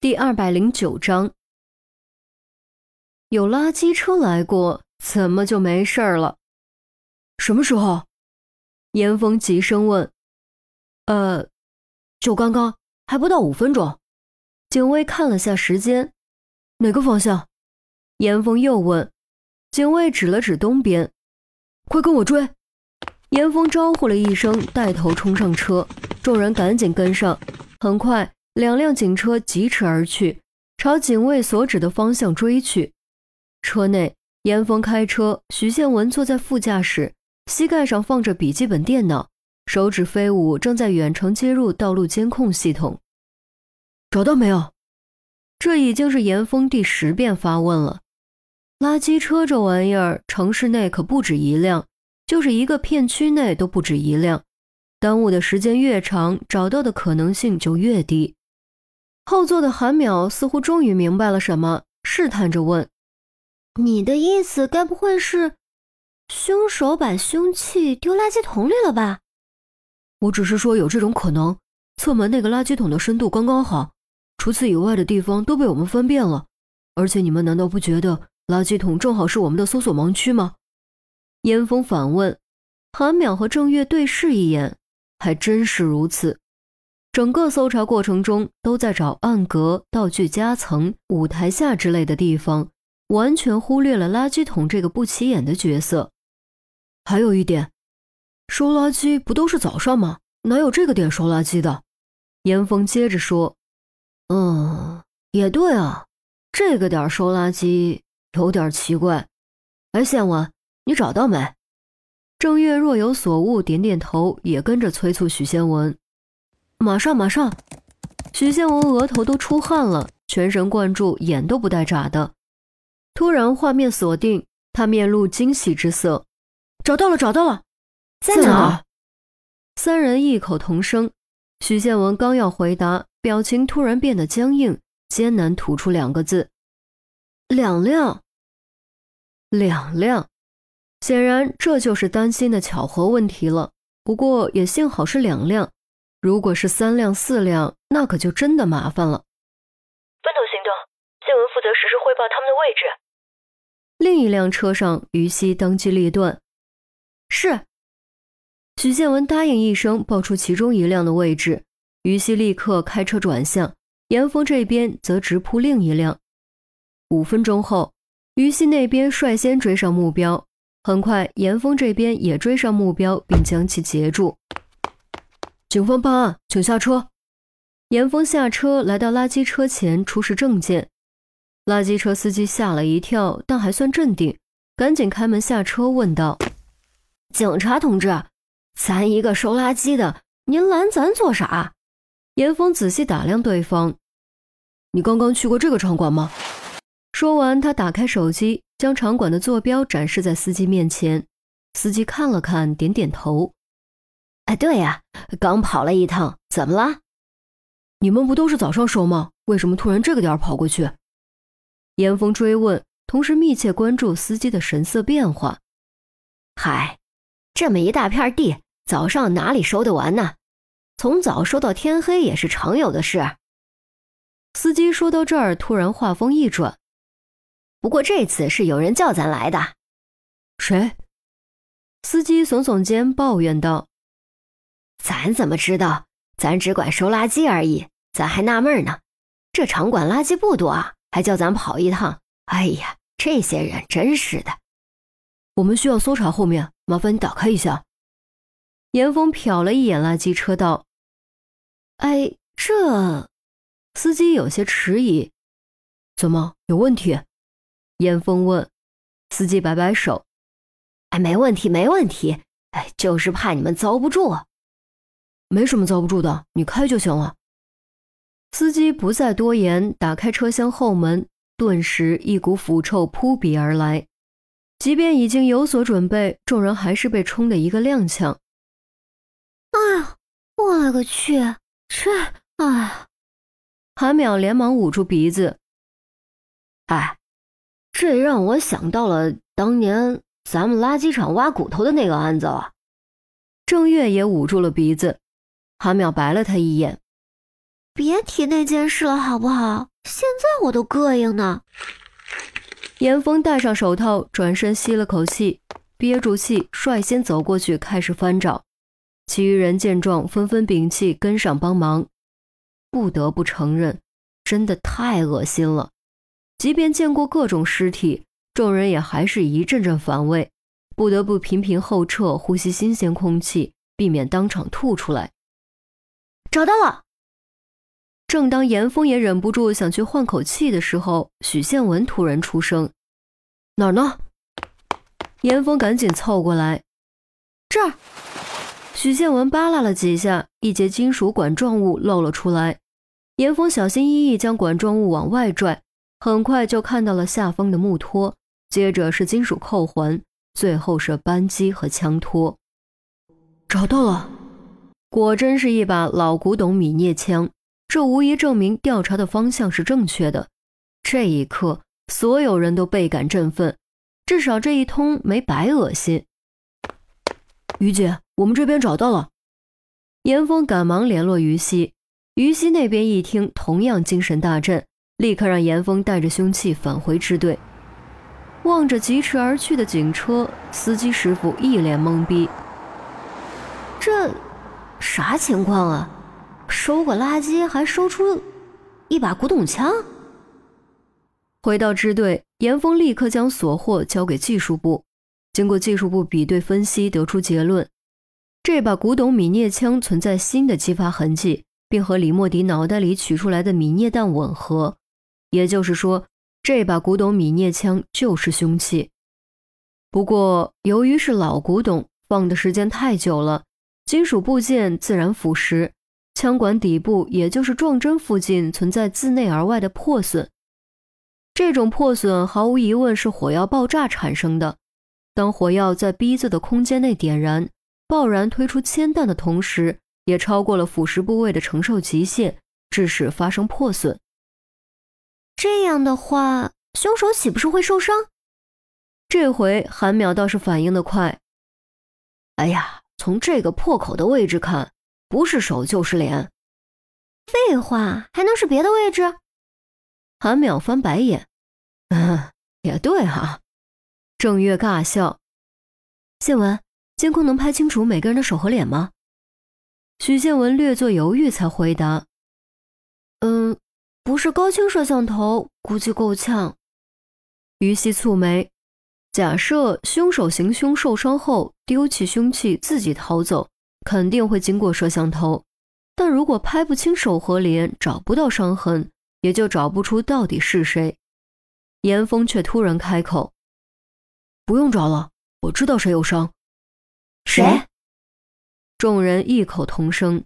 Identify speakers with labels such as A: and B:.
A: 第二百零九章，有垃圾车来过，怎么就没事儿了？
B: 什么时候？
A: 严峰急声问。
B: 呃，就刚刚，还不到五分钟。
A: 警卫看了下时间，
B: 哪个方向？
A: 严峰又问。警卫指了指东边，
B: 快跟我追！
A: 严峰招呼了一声，带头冲上车，众人赶紧跟上，很快。两辆警车疾驰而去，朝警卫所指的方向追去。车内，严峰开车，许宪文坐在副驾驶，膝盖上放着笔记本电脑，手指飞舞，正在远程接入道路监控系统。
B: 找到没有？
A: 这已经是严峰第十遍发问了。垃圾车这玩意儿，城市内可不止一辆，就是一个片区内都不止一辆。耽误的时间越长，找到的可能性就越低。后座的韩淼似乎终于明白了什么，试探着问：“
C: 你的意思该不会是凶手把凶器丢垃圾桶里了吧？”
B: 我只是说有这种可能。侧门那个垃圾桶的深度刚刚好，除此以外的地方都被我们翻遍了。而且你们难道不觉得垃圾桶正好是我们的搜索盲区吗？
A: 严峰反问。韩淼和郑月对视一眼，还真是如此。整个搜查过程中，都在找暗格、道具夹层、舞台下之类的地方，完全忽略了垃圾桶这个不起眼的角色。
B: 还有一点，收垃圾不都是早上吗？哪有这个点收垃圾的？
A: 严峰接着说：“
C: 嗯，也对啊，这个点收垃圾有点奇怪。哎，宪文，你找到没？”
A: 郑月若有所悟，点点头，也跟着催促许仙文。
B: 马上，马上！
A: 许宪文额头都出汗了，全神贯注，眼都不带眨的。突然，画面锁定，他面露惊喜之色：“
B: 找到了，找到了，
C: 在哪儿？”
A: 三人异口同声。许宪文刚要回答，表情突然变得僵硬，艰难吐出两个字：“
C: 两辆。”
A: 两辆。显然，这就是担心的巧合问题了。不过也幸好是两辆。如果是三辆、四辆，那可就真的麻烦了。
D: 分头行动，新闻负责实时汇报他们的位置。
A: 另一辆车上，于西当机立断：“
B: 是。”
A: 许建文答应一声，报出其中一辆的位置。于西立刻开车转向，严峰这边则直扑另一辆。五分钟后，于西那边率先追上目标，很快严峰这边也追上目标，并将其截住。
B: 警方办案，请下车。
A: 严峰下车，来到垃圾车前，出示证件。垃圾车司机吓了一跳，但还算镇定，赶紧开门下车，问道：“
C: 警察同志，咱一个收垃圾的，您拦咱做啥？”
A: 严峰仔细打量对方：“
B: 你刚刚去过这个场馆吗？”
A: 说完，他打开手机，将场馆的坐标展示在司机面前。司机看了看，点点头。
C: 哎，对呀、啊，刚跑了一趟，怎么了？
B: 你们不都是早上收吗？为什么突然这个点跑过去？
A: 严峰追问，同时密切关注司机的神色变化。
C: 嗨，这么一大片地，早上哪里收得完呢？从早收到天黑也是常有的事。
A: 司机说到这儿，突然话锋一转。
C: 不过这次是有人叫咱来的。
B: 谁？
A: 司机耸耸肩，抱怨道。
C: 咱怎么知道？咱只管收垃圾而已。咱还纳闷呢，这场馆垃圾不多啊，还叫咱跑一趟。哎呀，这些人真是的。
B: 我们需要搜查后面，麻烦你打开一下。
A: 严峰瞟了一眼垃圾车，道：“
C: 哎，这……”
A: 司机有些迟疑：“
B: 怎么有问题？”
A: 严峰问。司机摆摆手：“
C: 哎，没问题，没问题。哎，就是怕你们遭不
A: 啊
C: 住。”
B: 没什么遭不住的，你开就行了。
A: 司机不再多言，打开车厢后门，顿时一股腐臭扑鼻而来。即便已经有所准备，众人还是被冲得一个踉跄。
C: 哎呀，我勒个去！这……哎呀！
A: 韩淼连忙捂住鼻子。
C: 哎，这让我想到了当年咱们垃圾场挖骨头的那个案子
A: 啊
C: 了。
A: 郑月也捂住了鼻子。韩淼白了他一眼：“
E: 别提那件事了，好不好？现在我都膈应呢。
A: 严峰戴上手套，转身吸了口气，憋住气，率先走过去开始翻找。其余人见状，纷纷屏气跟上帮忙。不得不承认，真的太恶心了。即便见过各种尸体，众人也还是一阵阵反胃，不得不频频后撤，呼吸新鲜空气，避免当场吐出来。
E: 找到了！
A: 正当严峰也忍不住想去换口气的时候，许宪文突然出声：“
B: 哪儿呢？”
A: 严峰赶紧凑过来：“
E: 这儿！”
A: 许宪文扒拉了几下，一节金属管状物露了出来。严峰小心翼翼将管状物往外拽，很快就看到了下方的木托，接着是金属扣环，最后是扳机和枪托。
B: 找到了，
A: 果真是一把老古董米涅枪。这无疑证明调查的方向是正确的。这一刻，所有人都倍感振奋，至少这一通没白恶心。
B: 于姐，我们这边找到了。
A: 严峰赶忙联络于西，于西那边一听同样精神大振，立刻让严峰带着凶器返回支队。望着疾驰而去的警车，司机师傅一脸懵逼：“
E: 这啥情况啊？”收过垃圾，还收出一把古董枪。
A: 回到支队，严峰立刻将所获交给技术部。经过技术部比对分析，得出结论：这把古董米涅枪存在新的激发痕迹，并和李莫迪脑袋里取出来的米涅弹吻合。也就是说，这把古董米涅枪就是凶器。不过，由于是老古董，放的时间太久了，金属部件自然腐蚀。枪管底部，也就是撞针附近，存在自内而外的破损。这种破损毫无疑问是火药爆炸产生的。当火药在逼仄的空间内点燃，爆燃推出铅弹的同时，也超过了腐蚀部位的承受极限，致使发生破损。
E: 这样的话，凶手岂不是会受伤？
A: 这回韩淼倒是反应的快。
C: 哎呀，从这个破口的位置看。不是手就是脸，
E: 废话，还能是别的位置？
A: 韩淼翻白眼，
C: 嗯，也对哈、啊。
A: 郑月尬笑，
B: 宪文，监控能拍清楚每个人的手和脸吗？
A: 许宪文略作犹豫，才回答：“
E: 嗯，不是高清摄像头，估计够呛。”
A: 于西蹙眉，假设凶手行凶受伤后丢弃凶器，自己逃走。肯定会经过摄像头，但如果拍不清手和脸，找不到伤痕，也就找不出到底是谁。严峰却突然开口：“
B: 不用找了，我知道谁有伤。
C: 谁”谁？
A: 众人异口同声。